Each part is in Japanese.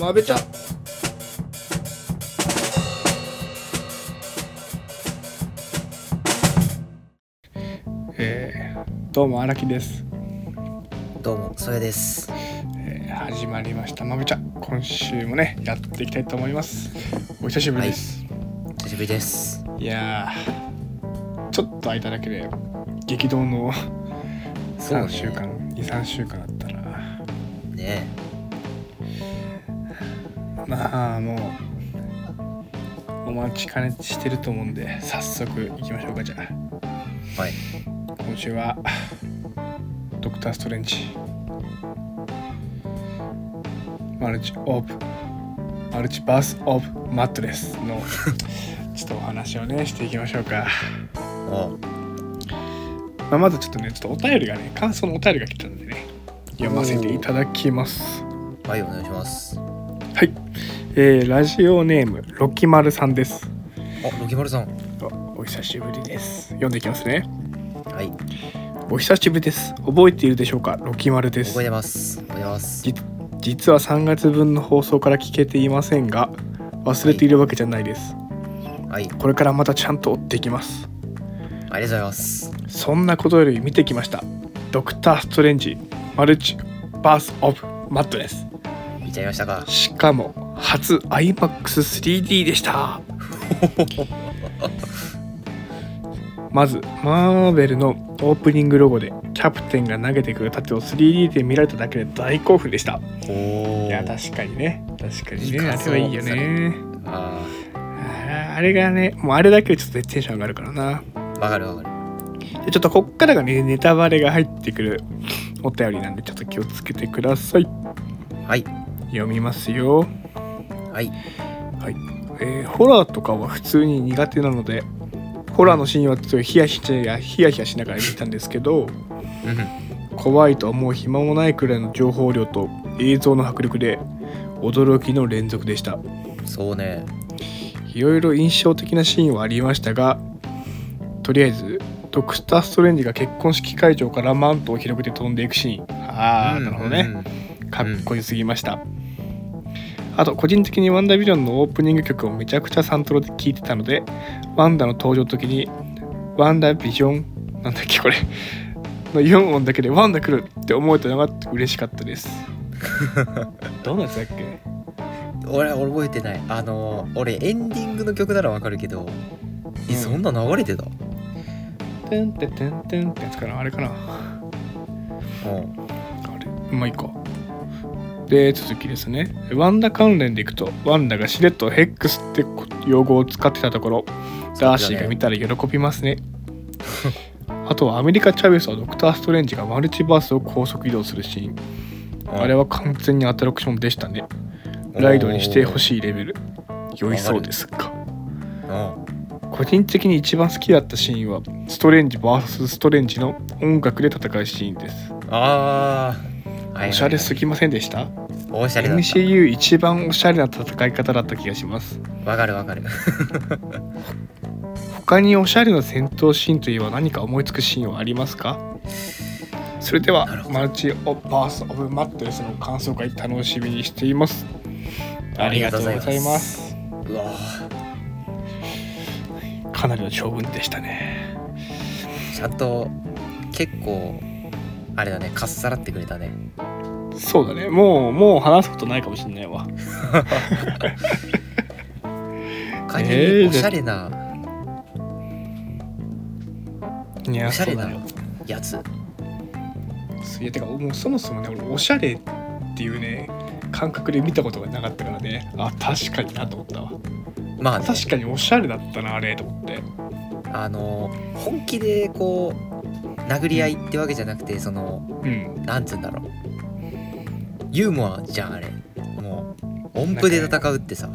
まべちゃえーどうも荒木です、どうも、それです。えー始まりましたまぶちゃ今週もねやっていきたいと思いますお久しぶりです、久しぶりです。い、やーちょっと空いただけで激動のそう3ね週間23週間だったらねまあもうお待ちかねしてると思うんで早速いきましょうかじゃあはい。今週はドクターストレンジマルチオープマルチバースオブマットレスのちょっとお話をねしていきましょうか、おまあ、まずちょっとねちょっとお便りがね感想のお便りが来たのでね読ませていただきますはい、お願いします。あ、はい、えーラジオネームロキマルさんですロキマルさん。おお久しぶりです読んでいきますねはい。お久しぶりです覚えているでしょうかロキマルです覚えてます。覚えてます。じ実は3月分の放送から聞けていませんが忘れているわけじゃないですはい。ありがとこれからまたちゃんと追っていきますうございます。そんなことより見てきましたドクター・ストレンジマルチバース・オブ・マットです見ちゃいましたか。しかも初 iMAX3D でした まずマーベルのオープニングロゴでキャプテンが投げてくる盾を 3D で見られただけで大興奮でしたおいおや確かにね確かにいいねあ感れ想はいいよねああーあれがねもうあれだけでちょっとテンション上がるからなあ、わかるわかる。でちょっとこっからがねネタバレが入ってくる お便りなんでちょっと気をつけてくださいはい。読みますよはい。えーホラーとかは普通に苦手なのでホラーのシーンはちょっとヒヤヒヤヒヤヒヤしながら見たんですけどうん。怖いと思う暇もないくらいの情報量と映像の迫力で驚きの連続でしたそうね。いろいろ印象的なシーンはありましたがとりあえずドクター・ストレンジが結婚式会場からマントを広げて飛んでいくシーンああ、なるほどね、かっこよすぎました、あと個人的に「ワンダービジョン」のオープニング曲をめちゃくちゃサントロで聴いてたのでワンダの登場の時に「ワンダービジョン」なんだっけこれの4音だけで「ワンダ来る!」って思えたのが嬉しかったですどうなんだっけうんうん。俺、俺覚えてない。あのー、俺、エンディングの曲ならわかるけど、え、うんそんな流れてたてんてんてんてんってやつかなあれかなうん。あれまあいいかで続きですねワンダ関連でいくとワンダがしれっとヘックスって用語を使ってたところダーシーが見たら喜びますねあとはアメリカ・チャベスはドクター・ストレンジがマルチバースを高速移動するシーンあれはは完全にアトラクションでしたねライドにしてほしいレベル良いそうですかうん。個人的に一番好きだったシーンはストレンジ VS ストレンジの音楽で戦うシーンですああ。おしゃれすぎ。ぎませんでした、おしゃれだっ MCU 一番おしゃれな戦い方だった気がしますた。わかるわかる。他におしゃれな戦闘シーンといえば何か思いつくシーンはありますかそれではなるほどマルチオブバースオブマットレスの感想会楽しみにしていますありがとうござありいがとうございまますすうわー。かなりの長文でしたねちゃんと結構あれだねかっさらってくれたねそうだねもうもう話すことないかもしれないわ他えーにおしゃれないやおしゃれなそうだよやつ、いやてかもうそもそもね俺おしゃれっていうね感覚で見たことがなかったからねあ確かになと思ったわまあね確かにおしゃれだったなあれと思ってあの本気でこう殴り合いってわけじゃなくてそのうんなんつうんだろうユーモアじゃんあれもう音符で戦うってさ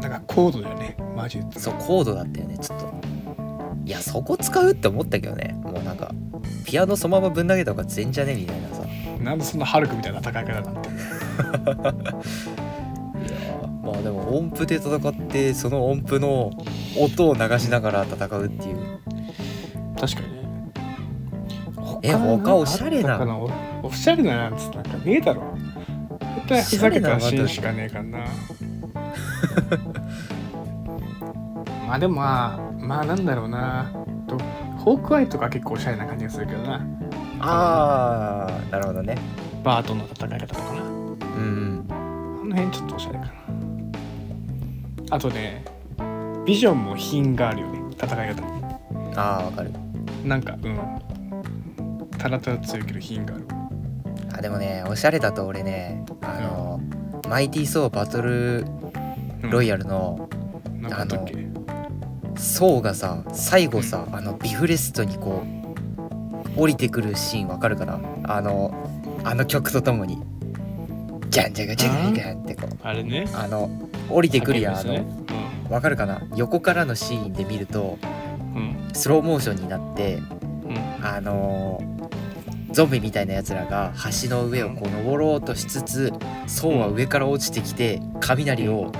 なんか高度だよねマジでそうコードだったよねちょっといやそこ使うって思ったけどねもうなんかピアノそのままぶん投げた方が全じゃねみたいなさなんでそんなハルクみたいな戦い方なんていやーまあでも音符で戦ってその音符の音を流しながら戦うっていう確かにねえ他おしゃれな他なんかあったかおおしゃれななんつってなんかねえだろ絶対ふざけたシーンしかねえか んなまあでもまあまあなんだろうなとホークアイとか結構おしゃれな感じがするけどなあーなるほどねバートの戦い方とかなあうんの辺ちょっとおしゃれかなあとねビジョンも品があるよね戦い方にあーわかるなんかうんタラタラ強いけど品があるあでもねおしゃれだと俺ねあの、マイティー・ソーバトルうんロイヤルのなんかあったっけソーがさ最後さ、あのビフレストにこう降りてくるシーンわかるかなあのあの曲とともに「じゃんじゃがじゃんじゃん」ってこうあれねあの降りてくるやんあ叫ぶのやつわかるかな横からのシーンで見るとうんスローモーションになってうんうんあのーゾンビみたいなやつらが橋の上をこう登ろうとしつつ層は上から落ちてきて雷を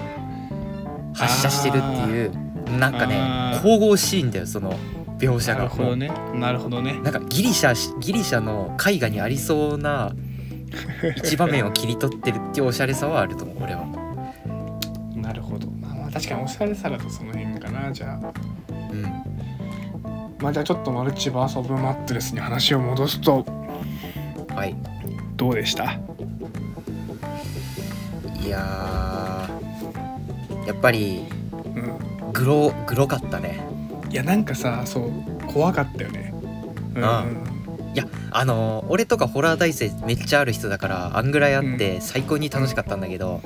発射してるっていうなんかねあー神々しいんだよその描写ながるほどもねなるほどねうなんかギリシャギリシャの絵画にありそうな一場面を切り取ってるっていうおしゃれさはあると思う俺はなるほどまあまあ確かにおしゃれさだとその辺かなじゃあうんまあじゃあちょっとマルチバース・オブ・マットレスに話を戻すとはいどうでしたいやーやっぱりうんグログロかったねいやなんかさそう怖かったよねうんあいやあのー俺とかホラー耐性めっちゃある人だからあんぐらいあって最高に楽しかったんだけど、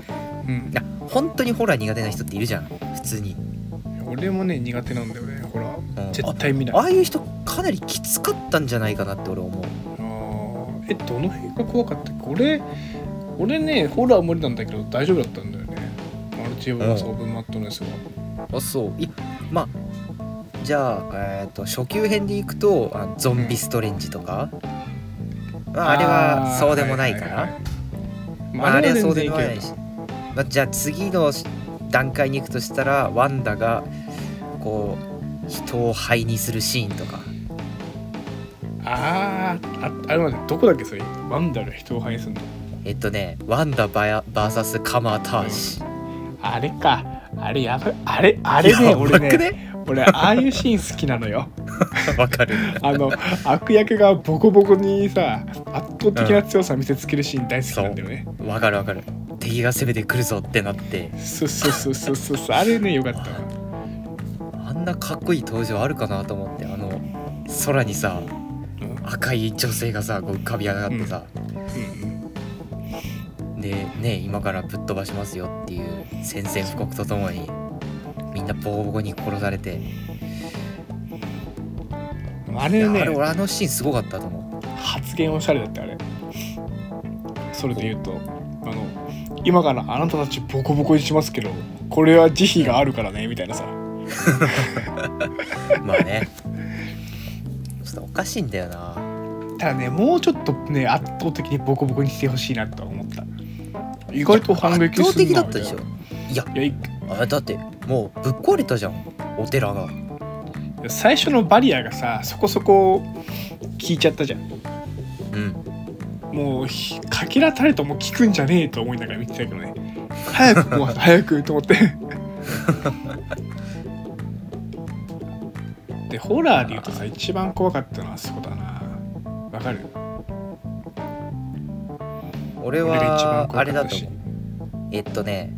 うんいや本当にホラー苦手な人っているじゃん普通に、俺もね苦手なんだよねほらうん絶対見ないああああいう人かなりきつかったんじゃないかなって俺思ーうえどの辺が怖かったっけ俺俺ねホラー無理なんだけど大丈夫だったんだよねマルチバース・オブ・マットレスはあそういやまあじゃあ、えー、と初級編でいくとあゾンビストレンジとか、まあ、あれはそうでもないかな、はははいまあ、あれはそう全然でもないけし、まあ、じゃあ次の段階に行くとしたらワンダがこう人を灰にするシーンとかどあーああれまでどこだっけそれワンダが人を配すんのえっとねワンダバヤ VS カマターシあれかあれやばいあれあれねやば俺くね俺ああいうシーン好きなのよ わかるあの悪役がボコボコにさ圧倒的な強さ見せつけるシーン大好きなんだよね、わかるわかる敵が攻めてくるぞってなってそうそうそうそうそうそうあれねよかったわあんなかっこいい登場あるかなと思ってあの空にさうんうん赤い女性がさこう浮かび上がってさ、うんでね今からぶっ飛ばしますよっていう宣戦布告とともにみんなボコボコに殺されてあいれやねあれ俺あのシーンすごかったと思発言おしゃれだってあれそれで言うとあの今からあなたたちボコボコにしますけどこれは慈悲があるからねみたいなさうまあ ねちょっとおかしいんだよなただねもうちょっとね圧倒的にボコボコにしてほしいなとは思った意外と反撃圧倒する的なだったでしょいやいやいあだってもうぶっ壊れたじゃんお寺が最初のバリアがさそこそこ効いちゃったじゃんうんもうひかけらたれとも効くんじゃねえと思いながら見てたけどね早 く壊す早くと思ってでホラーで言うとさ一番怖かったのはそこだなわかる俺俺が一番はあ怖れかだったとし思うえっとね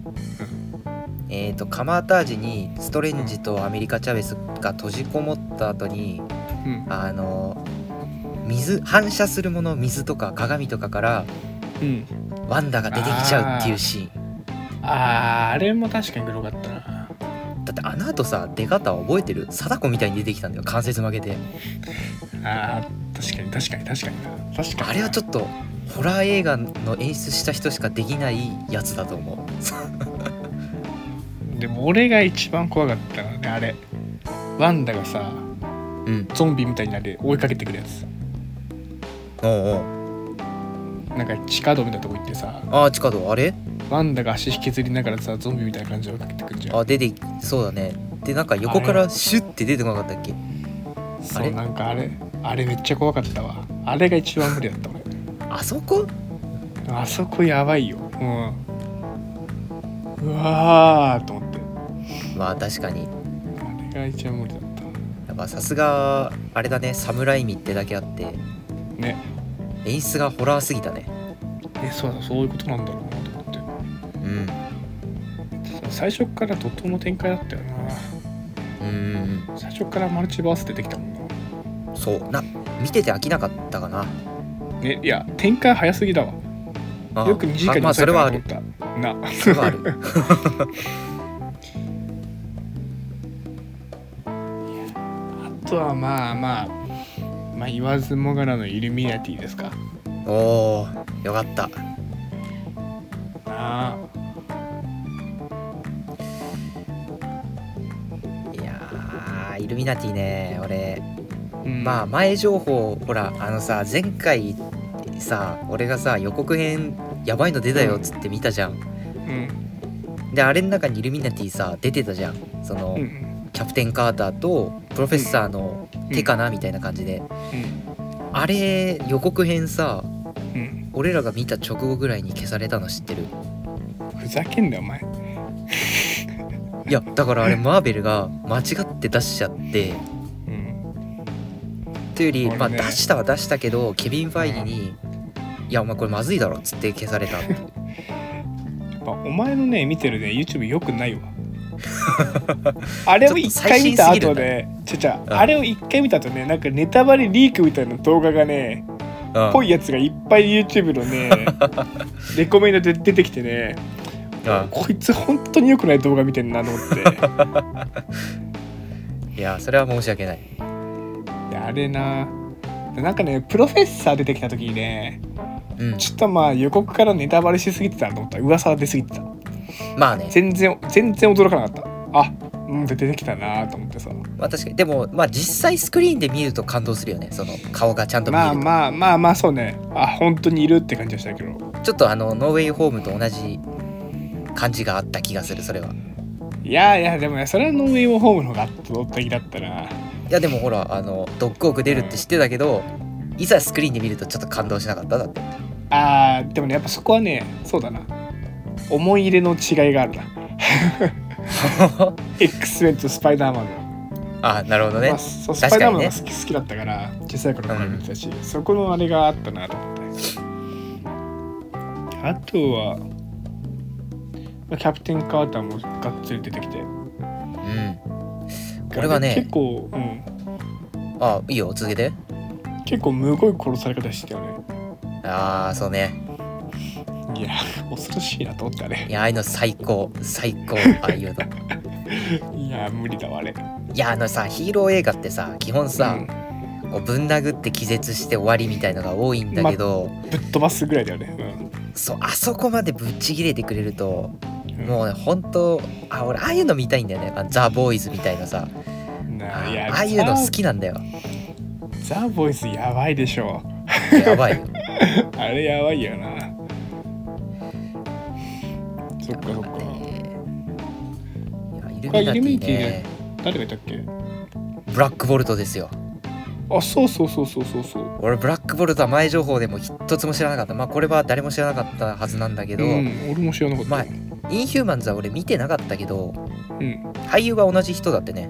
えっとカマータージにストレンジとアメリカ・チャベスが閉じこもった後にうんあの水反射するもの水とか鏡とかからうんワンダが出てきちゃうっていうシーンあーあれも確かにグロかったなだってあの後さ出方覚えてる貞子みたいに出てきたんだよ関節曲げてあー確かに確かに確かにな確かにあれはちょっっとホラー映画の演出した人しかできないやつだと思とでも俺が一番怖かったのはねあれワンダがさううんゾンビみたいになって追いかけてくるやつおうおうなんか地下道みたいなとこ行ってさああ地下道あれワンダが足引きずりながらさゾンビみたいな感じで追いかけてくるじゃんあ出てそうだねでなんか横からシュッて出てこなかったっけあそうれなんかあれあれめっちゃ怖かったわあれが一番無理だった俺あそこあそこやばいようんうわーと思ってまあ確かにあれが一番無理だったやっぱさすがあれだね侍味ってだけあってね演出がホラーすぎたねえそうだそういうことなんだろうなと思うんって最初っから怒涛の展開だったよなうん最初っからマルチバース出てきたもんなそうな見てて飽きなかったかなね、いや展開早すぎだわあよく2時間あにまあそ抑れえはあたなると思ったなそれはあ る あとはまあまあまあ言わずもがなのイルミナティですかおーよかったあいやーイルミナティね俺あ、うんまあ前情報ほらあのさ前回さ俺がさ予告編やばいの出たよっつって見たじゃんうんであれの中にイルミナティさ出てたじゃんその、うんうんキャプテン・カーターとプロフェッサーの手かなみたいな感じで、あれ予告編さうん俺らが見た直後ぐらいに消されたの知ってるうんふざけんなよお前いやだからあれマーベルが間違って出しちゃってうんというより、これねまあ出したは出したけどケビン・ファイギに「いやお前これまずいだろ」っつって消さ れたっていうやっぱお前のね見てるね YouTube よくないわ あれを一回見たちょっと最新すぎる後んだでちゃちゃうんあれを一回見た後ねなんかネタバレリークみたいな動画がねうんぽいやつがいっぱい YouTube の ねレコメンドで出てきてねうんこいつ本当に良くない動画見てんなと思っていいやそれは申し訳ないやあれななんかねプロフェッサー出てきた時にねうんちょっとまあ予告からネタバレしすぎてたなと思った噂が出すぎてたまあね全然全然驚かなかったあうん出てきたなと思ってさまあ確かにでもまあ実際スクリーンで見ると感動するよねその顔がちゃんと見えるまとあまあまあまあそうねあ本当にいるって感じはしたけどちょっとあのノーウェイホームと同じ感じがあった気がするそれはいやいやでもねそれはノーウェイホームの方が圧倒的だったないやでもほらあのドッグオーク出るって知ってたけどいざスクリーンで見るとちょっと感動しなかった だってあーでもねやっぱそこはねそうだな思い入れの違いがあるな X メンとスパイダーマンのあなるほどねまあ、そうス確かにパイダねーマンが好き,、好きだったから小さい頃から見てたし、そこのあれがあったなと思ってあとはまあキャプテン・カーターもがっつり出てきてうん俺はね結構、うん、あいいよ続けて結構むごい殺され方してたよねああそうねいや恐ろしいなと思ったねいやああいうの最高最 高ああいうのいや無理だわあれいやあのさヒーロー映画ってさ基本さうん、こうぶん殴って気絶して終わりみたいのが多いんだけど、ぶっ飛ばすぐらいだよね、そうあそこまでぶっちぎれてくれるとうん、もうね本当あ俺ああいうの見たいんだよねあザ・ボーイズみたいなさうんなああいやああいうの好ザきな んだよザ・ボイスやばいでしょやばいよあれやばいよなそっかそっかいやイルミナテイルミィナティねね誰がいたっけブラックボルトですよあそうそうそうそうそうそう俺ブラックボルトは前情報でも一つも知らなかったまあこれは誰も知らなかったはずなんだけど、うん俺も知らなかった、まあインヒューマンズは俺見てなかったけどうん俳優は同じ人だってね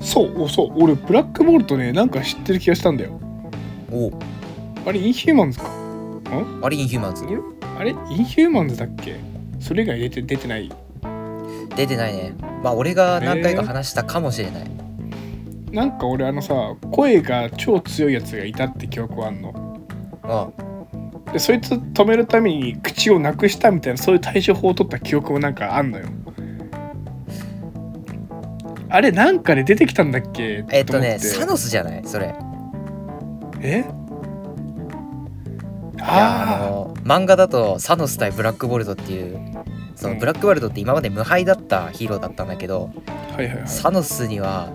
そうおそう俺ブラックボルトねなんか知ってる気がしたんだよおうあれインヒューマンズかあれインヒューマンズあれインヒューマンズだっけそれ以外出て出てない出てないねまあ俺が何回か話したかもしれない、なんか俺あのさ声が超強いやつがいたって記憶はあんのあでそいつ止めるために口をなくしたみたいなそういう対処法を取った記憶もなんかあんのよあれなんかで出てきたんだっけえっとね思サノスじゃないそれえいやああの漫画だとサノス対ブラックボルトっていうそのうんブラックボルトって今まで無敗だったヒーローだったんだけど、あはいはいはいサノスには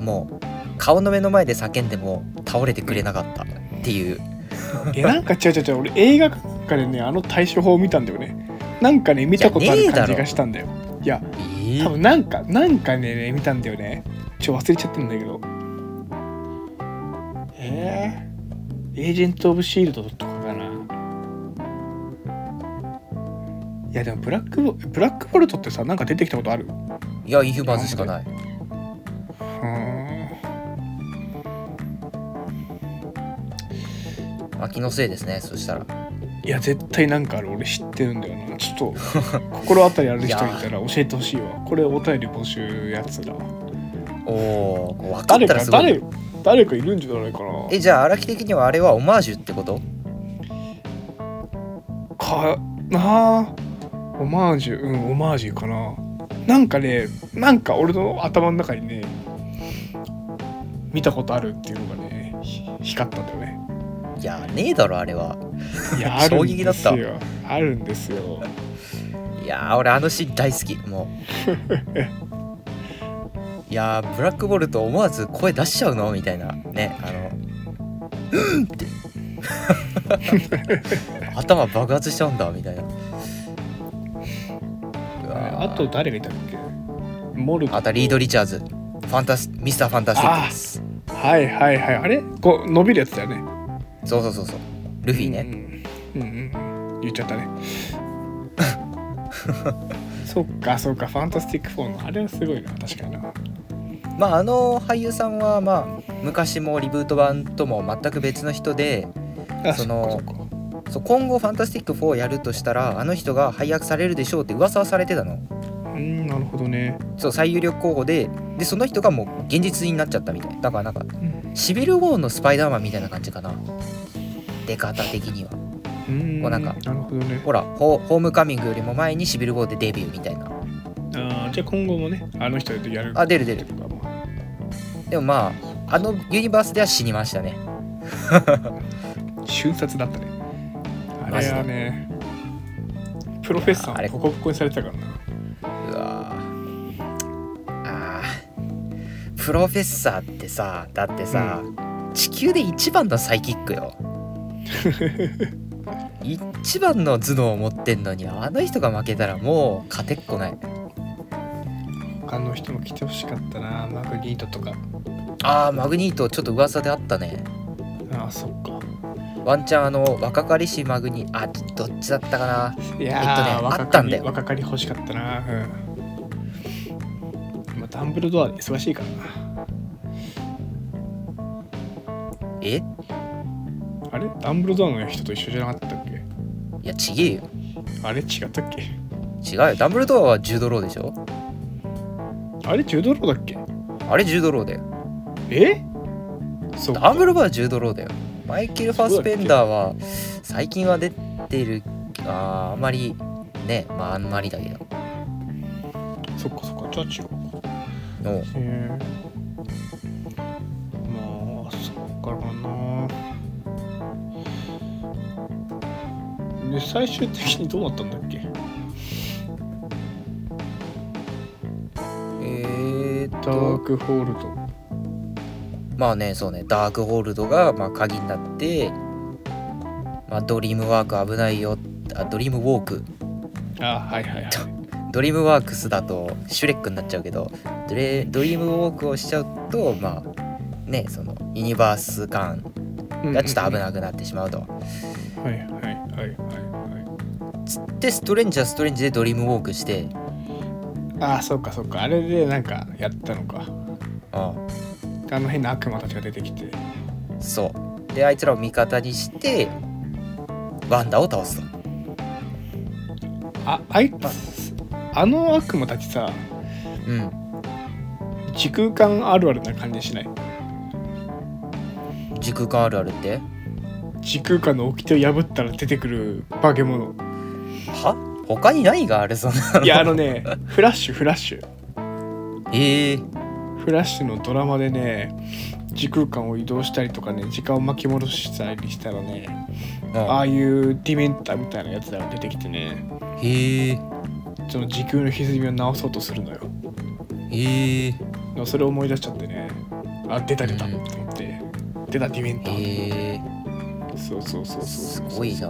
もう顔の目の前で叫んでも倒れてくれなかったっていうえなんか違う違う違う俺映画館でねあの対処法を見たんだよねなんかね見たことあいるやねえだろ感じがしたんだよいやえ多分なんかなんかね見たんだよねちょ忘れちゃったんだけどえー、エージェント・オブ・シールドとかかないやでもブラックボブラックボルトってさなんか出てきたことあるいやインヒューマンズしかないあ気のせいですねそしたらいや絶対なんかある俺知ってるんだよなちょっと 心当たりある人いたら教えてほしいわこれお便り募集やつらおお分かった誰らかすごい誰誰かいるんじゃないかなえじゃあ荒木的にはあれはオマージュってことかなあオマージュうんオマージュかななんかねなんか俺の頭の中にね見たことあるっていうのがねひ光ったんだよ ねいやねえだろあれはいやある衝ん撃だでっすたよあるんですよいやー俺あのシーン大好き もういやーブラックボルト思わず声出しちゃうのみたいなねあのうんって 頭爆発しちゃうんだみたいなうわあーと誰がいたっけモルグあとリード・リチャーズファンタスミスター・ファンタスティックですはいはいはいあれこう伸びるやつだよねそうそうそうそうルフィね、うんうんうんうん言っちゃ ったねそっかそっかファンタスティック4のあれはすごいな確かになまああの俳優さんはまあ昔もリブート版とも全く別の人であそのっかそっかそう今後「ファンタスティック4」をやるとしたらあの人が配役されるでしょうって噂はされてたのうんなるほどねそう最有力候補ででその人がもう現実になっちゃったみたいだからなんかシビル・ウォーのスパイダーマンみたいな感じかな出方的にはうんこうなんかなるほどねほらホホームカミングよりも前にシビル・ウォーでデビューみたいなあーじゃあ今後もねあの人でやるあ出る出るとかもでもまああのユニバースでは死にましたね瞬殺だったねあマれジではねプロフェッサあーれもボコボコにされてたからなうわーあープロフェッサーってさだってさ、地球で一番のサイキックよ一番の頭脳を持ってんのにあの人が負けたらもう勝てっこない他の人も来てほしかったなマグニートとかあーマグニートちょっと噂であったねあーそっかワンチャンあの若かりしマグニあどっちだったかないやー、えっとね若かりあったんだよ若かり欲しかったなうんまあダンブルドア忙しいからなえいあれダンブルドアの人と一緒じゃなかったっけやちげえよあれ違ったっけ違うよダンブルドアはジュードローでしょあれジュードローだっけあれジュードローだよえそうダンブルドアはジュードローだよマイケル・ファスペンダーは最近は出てるあーあんまりねまああんまりだけどそっかそっかじゃあ違うのへえまあそっからかなで最終的にどうなったんだっけえー、っダーとクホールドまあねそうねダークホールドがまあ鍵になって、まあ、ドリームワーク危ないよあドリームウォークあはいはいはいドリームワークスだとシュレックになっちゃうけどドレドリームウォークをしちゃうとまあねそのユニバース感がちょっと危いなくなってしまうと。はいはいはいはいはつってストレンジはストレンジでドリームウォークしていあそうかそうかあれでなんかやったのかああの変な悪魔たちが出てきてあそうであいつらを味方にしてワンダを倒すとああいつあの悪魔たちさうん時空間あるあるな感じしない時空間あるあるって時空間の掟を破ったら出てくる化け物は他に何があるそんない やあのね フラッシュフラッシュええフラッシュのドラマでね時空間を移動したりとかね時間を巻き戻したりしたらねあああいうディメンターみたいなやつらが出てきてねへえその時空の歪みを直そうとするのよへえでもそれを思い出しちゃってねあ出た出たと思って出たディメンターへそうそうそうそうえすごいな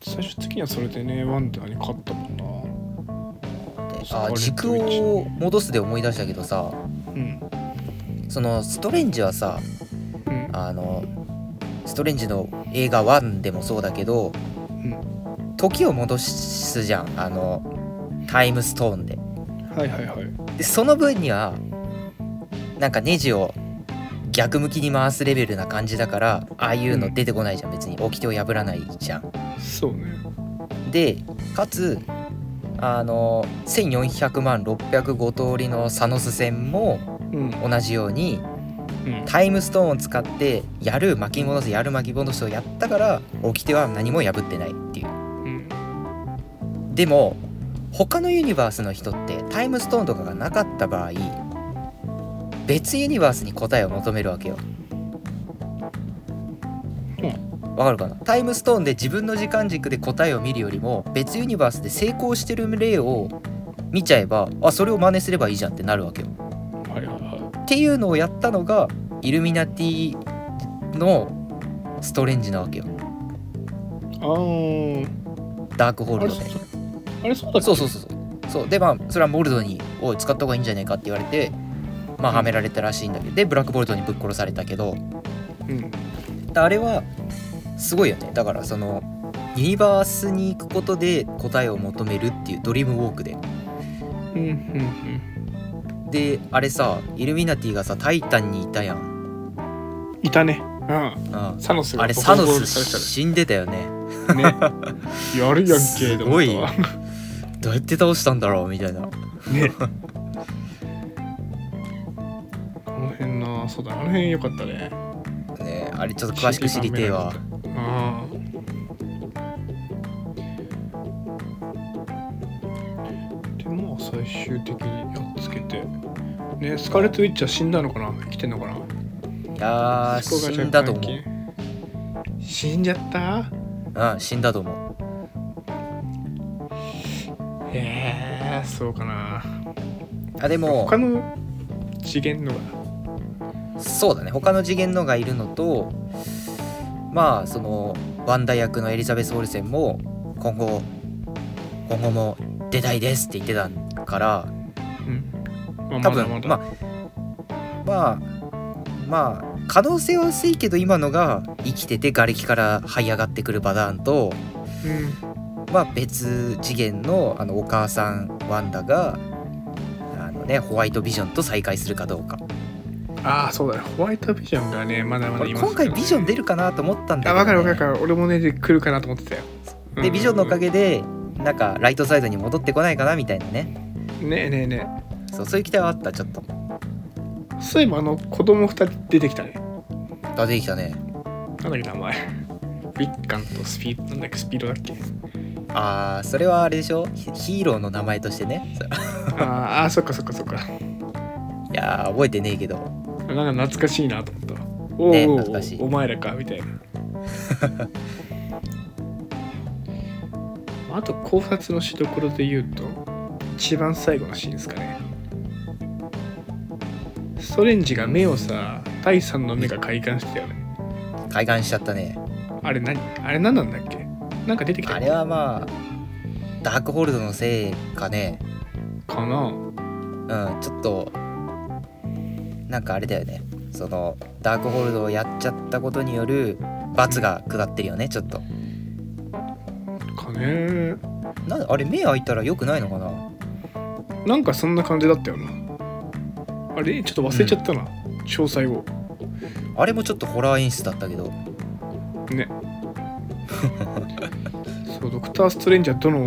最終的にはそれでねワンダーに勝ったもんあ時空を戻すで思い出したけどさなうんそのストレンジはさうんあのストレンジの映画1でもそうだけど時を戻すじゃんあのタイムストーンではいはいはいでその分にはなんかネジを逆向きに回すレベルな感じだからああいうの出てこないじゃん別に掟を破らないじゃんそうねでかつあの1400万605通りのサノス戦もうん同じようにうんタイムストーンを使ってやる巻き戻すやる巻き戻すをやったから掟は何も破ってないっていううんでも他のユニバースの人ってタイムストーンとかがなかった場合別ユニバースに答えを求めるわけよわかるかなタイムストーンで自分の時間軸で答えを見るよりも別ユニバースで成功してる例を見ちゃえばあそれを真似すればいいじゃんってなるわけよはいはいはっていうのをやったのがイルミナティのストレンジなわけよいダークホあーーあれルドそであれそうだっけそうそうそうそうそうでまあそれはモルドに「おい使った方がいいんじゃねえか」って言われてまあうんはめられたらしいんだけどでブラックボルトにぶっ殺されたけどうんだあれはすごいよねだからそのユニバースに行くことで答えを求めるっていうドリームウォークでうんうんであれさイルミナティがさタイタンにいたやん、うんいたねうんうん、サノスがあれサノボコボコスにさ死んでたよねれてたね やるやんけすごいと思ったわどうやって倒したんだろうみたいなね この辺なそうだあの辺良かったねねあれちょっと詳しく知りてえわうんでも最終的にやっつけてねスカーレット・ウィッチは死んだのかな生きてんのかないやーそこが死若干んだと思う死んじゃったうん死んだと思うええそうかなあでも他の次元のがそうだね他の次元のがいるのとまあそのワンダ役のエリザベス・オルセンも今後今後も出たいですって言ってたからうん多分まあまあまあ可能性は薄いけど今のが生きてて瓦礫から這い上がってくるパターンと、うんまあ、別次元のあのお母さんワンダがあの、ね、ホワイトビジョンと再会するかどうかああそうだねホワイトビジョンがねまだまだ俺います今から回ビジョン出るかなと思ったんだけど、あね、分かる分かる分かる俺もね来るかなと思ってたよでビジョンのおかげげでなんかライトサイドに戻ってこないかなみたいなねねえねえねそうそういう期待はあったちょっとえそういえばあの子供二人出てきたねあ出てきたねなんだっけ名前ビッカンとスピードなんだっけスピードだっけ あーそれはあれでしょヒヒーローの名前としてねそれあーあーそっかそっかそっかいやー覚えてねえけどなんか懐かしいなと思ったわおうおう、ね懐かしいお前らかみた いなあと考察のしどころで言うと一番最後のシーンですかねストレンジが目をさ第三の目が開眼してたよね開眼しちゃったねあれ何あれ何なんだっけなんか出てきたあっれけはまあダークホールドのせいかねかなうんちょっとなんかあれだよねそのダークホールドをやっちゃったことによる罰が下ってるよねちょっとかねなんあれ目開いたら良くないのかななんかそんな感じだったよなあれちょっと忘れちゃったな、詳細をあれもちょっとホラー演出だったけど ねそうドクター・ストレンジはどの、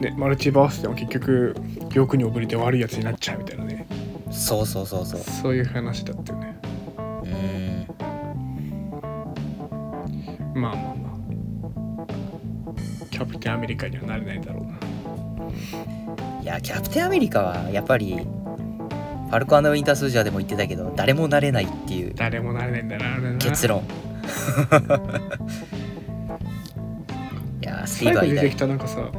ね、マルチバースでも結局欲に溺れて悪いやつになっちゃうみたいなねそうそうそうそうそういう話だったよねうーんまあまあまあキャプテンアメリカにはなれないだろうないやキャプテンアメリカはやっぱりファルコンウィンターソルジャーでも言ってたけど誰もなれないっていう誰もなれないんだなあれな結論いやーステ最ィーブ後は出痛ていきたなんかさ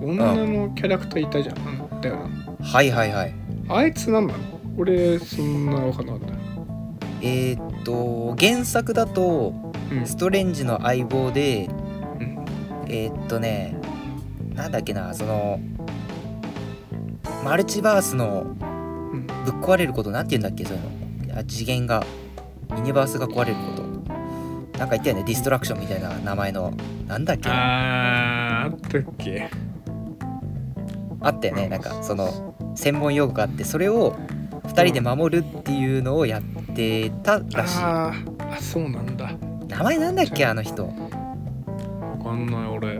女のキャラクターいたじゃん、うん、だよなはいはいはいあいつなんなの俺そんなわかんなかった。えー、っと原作だとうんストレンジの相棒でうんえー、っとねなんだっけなそのマルチバースのうんぶっ壊れることなんて言うんだっけそういうのあ次元がユニバースが壊れることなんか言ったよねディストラクションみたいな名前のなんだっけああーあったっけったよねなんかその専門用語があってそれを2人で守るっていうのをやってたらしいあーあそうなんだ名前なんだっけあの人わかんない俺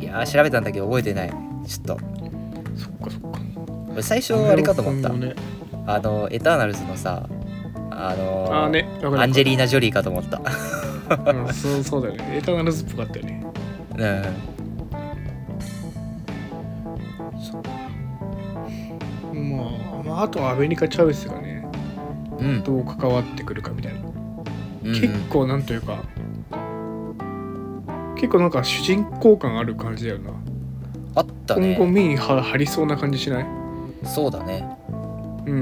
いやー調べたんだけど覚えてないちょっとそっかそっか俺最初あれかと思ったあねあのエターナルズのさあのあーねわかるアンジェリーナ・ジョリーかと思った うんそうそうだよねエターナルズっぽかったよねうんまあ、まあ、あとはアメリカ・チャウスがねうんどう関わってくるかみたいな、うん結構なんというか結構なんか主人公感ある感じだよな、あった今後ね目には張りそうな感じしないそうだねうんう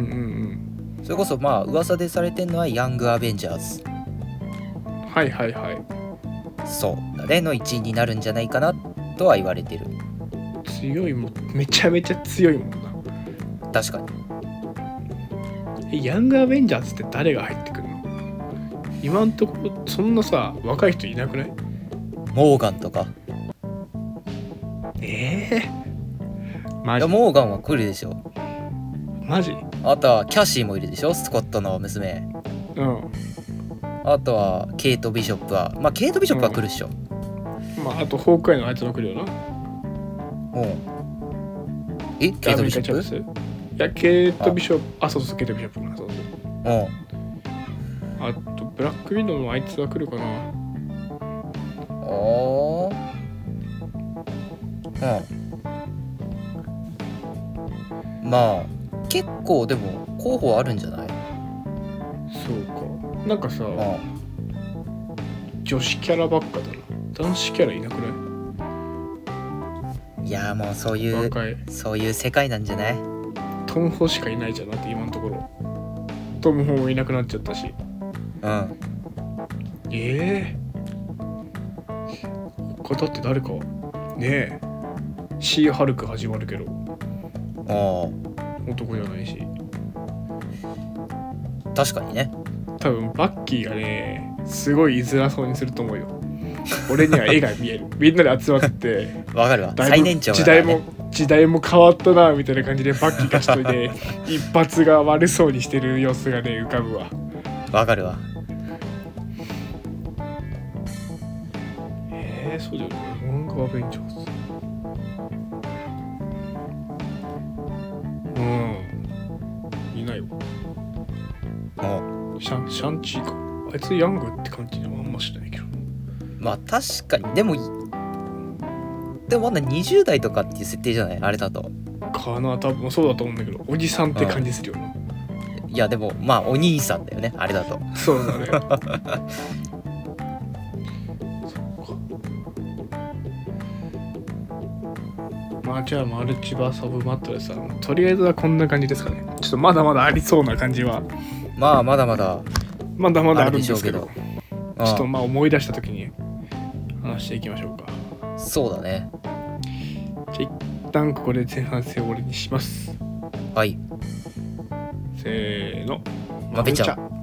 んそれこそまあ噂でされてるのはヤング・アベンジャーズうんはいはいはいそうだねの一員になるんじゃないかなとは言われてる強いもんめちゃめちゃ強いもんな確かにえヤングアベンジャーズって誰が入ってくるの今んとこそんなさ若い人いなくないモーガンとかええいマジやモーガンは来るでしょマジあとはキャシーもいるでしょスコットの娘うんあとはケイト・ビショップはまあケイト・ビショップは来るでしょ、まああとホークアイのあいつも来るよなうん、えケイト・ビショッアメリカチャンプスいやケイト・ビショップあそうそうケイト・ビショップかなそうそううあとブラックウィドウのあいつは来るかなんおーうんまあ結構でも候補あるんじゃないそうかなんかさうん女子キャラばっかだな男子キャラいなくないいやーもうそういう若いそういう世界なんじゃないトム・ホしかいないじゃんだって今のところトム・ホもいなくなっちゃったしうんええ他だって誰かねえシー・ハルク始まるけどお男じゃないしー確かにね多分バッキーがねすごい居づらそうにすると思うよ俺には絵が見えるみんなで集まってわかるわだいぶ最年長だ時から代ねも時代も変わったなみたいな感じでバッキーが一人 で一発が悪そうにしてる様子がね浮かぶわわかるわえー、そうだよねモンガーベンジャーズうんいないわおシャンシャンチーかあいつヤングって感じでもあんましないけどまあ確かにでもでもまだ20代とかっていう設定じゃないあれだとかな多分そうだと思うんだけどおじさんって感じするよないやでもまあお兄さんだよねあれだとそうだねそっかまあじゃあマルチバーサブマットレスはとりあえずはこんな感じですかねちょっとまだまだありそうな感じはまあまだまだまだまだああるるんででしょうすけけどどちょっとまあ思い出した時に話していきましょうかうんそうだねじゃあ一旦ここで前半戦終わりにしますはいせーのまべちゃんん